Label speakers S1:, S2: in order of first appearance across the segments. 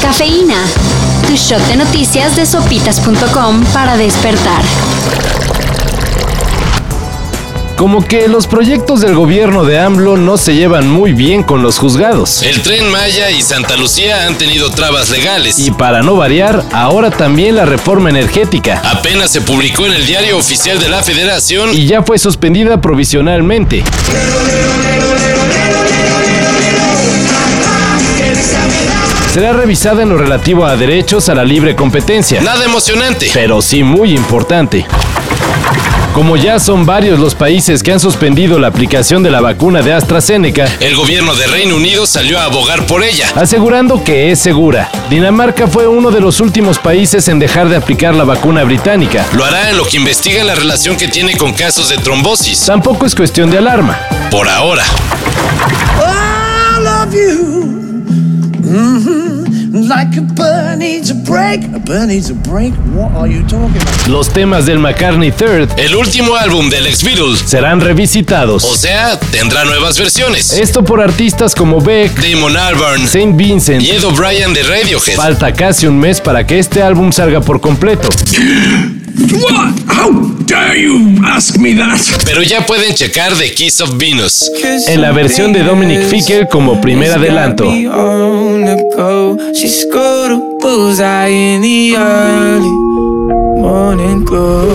S1: Cafeína. Tu shot de noticias de sopitas.com para despertar.
S2: Como que los proyectos del gobierno de AMLO no se llevan muy bien con los juzgados.
S3: El tren Maya y Santa Lucía han tenido trabas legales.
S2: Y para no variar, ahora también la reforma energética.
S3: Apenas se publicó en el diario oficial de la Federación
S2: Y ya fue suspendida provisionalmente. Será revisada en lo relativo a derechos a la libre competencia.
S3: Nada emocionante.
S2: Pero sí muy importante. Como ya son varios los países que han suspendido la aplicación de la vacuna de AstraZeneca,
S3: El gobierno de Reino Unido salió a abogar por ella.
S2: asegurando que es segura. Dinamarca fue uno de los últimos países en dejar de aplicar la vacuna británica.
S3: Lo hará en lo que investiga la relación que tiene con casos de trombosis.
S2: Tampoco es cuestión de alarma.
S3: Por ahora.
S4: I love you. hmm Like a bird needs a break. A bird needs a break. What are you talking about?
S2: Los temas del McCartney Third
S3: El último álbum del ex Beatles.
S2: serán
S3: Eh. O
S2: revisitados.
S3: sea, tendrá nuevas versiones.
S2: Esto por artistas como Beck,
S3: Damon Albarn
S2: St. Vincent.
S3: y Ed O'Brien de Radiohead.
S2: Falta casi un mes para que este álbum salga por completo.
S5: What? How dare you ask me that?
S3: Pero ya pueden checar The Kiss of Venus.
S2: En la versión de Dominic Ficker como primer adelanto.
S6: She scored a bullseye in the early morning glow.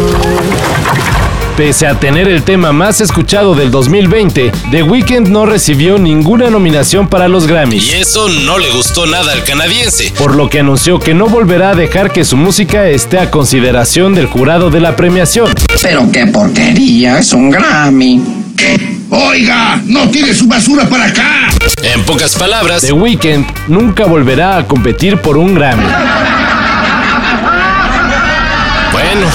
S2: Pese a tener el tema más escuchado del 2020, The Weeknd no recibió ninguna nominación para los
S3: Y
S2: Grammys,
S3: eso no le gustó nada al canadiense.
S2: por lo que anunció que no volverá a dejar que su música esté a consideración del jurado de la premiación.
S7: Pero qué porquería, es un Grammy.
S5: Oiga, no tiene su basura para acá.
S3: En pocas palabras,
S2: The Weeknd nunca volverá a competir por un Grammy.
S3: bueno,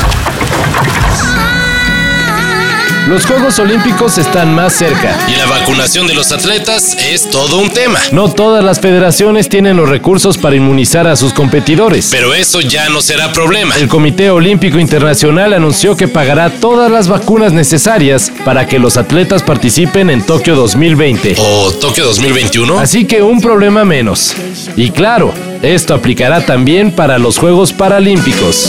S2: Los Juegos Olímpicos están más cerca.
S3: y la vacunación de los atletas es todo un tema.
S2: No todas las federaciones tienen los recursos para inmunizar a sus competidores.
S3: Pero eso ya no será problema.
S2: El Comité Olímpico Internacional anunció que pagará todas las vacunas necesarias para que los atletas participen en Tokio 2020.
S3: ¿O Tokio 2021?
S2: Así que un problema menos. Y claro, esto aplicará también para los Juegos Paralímpicos.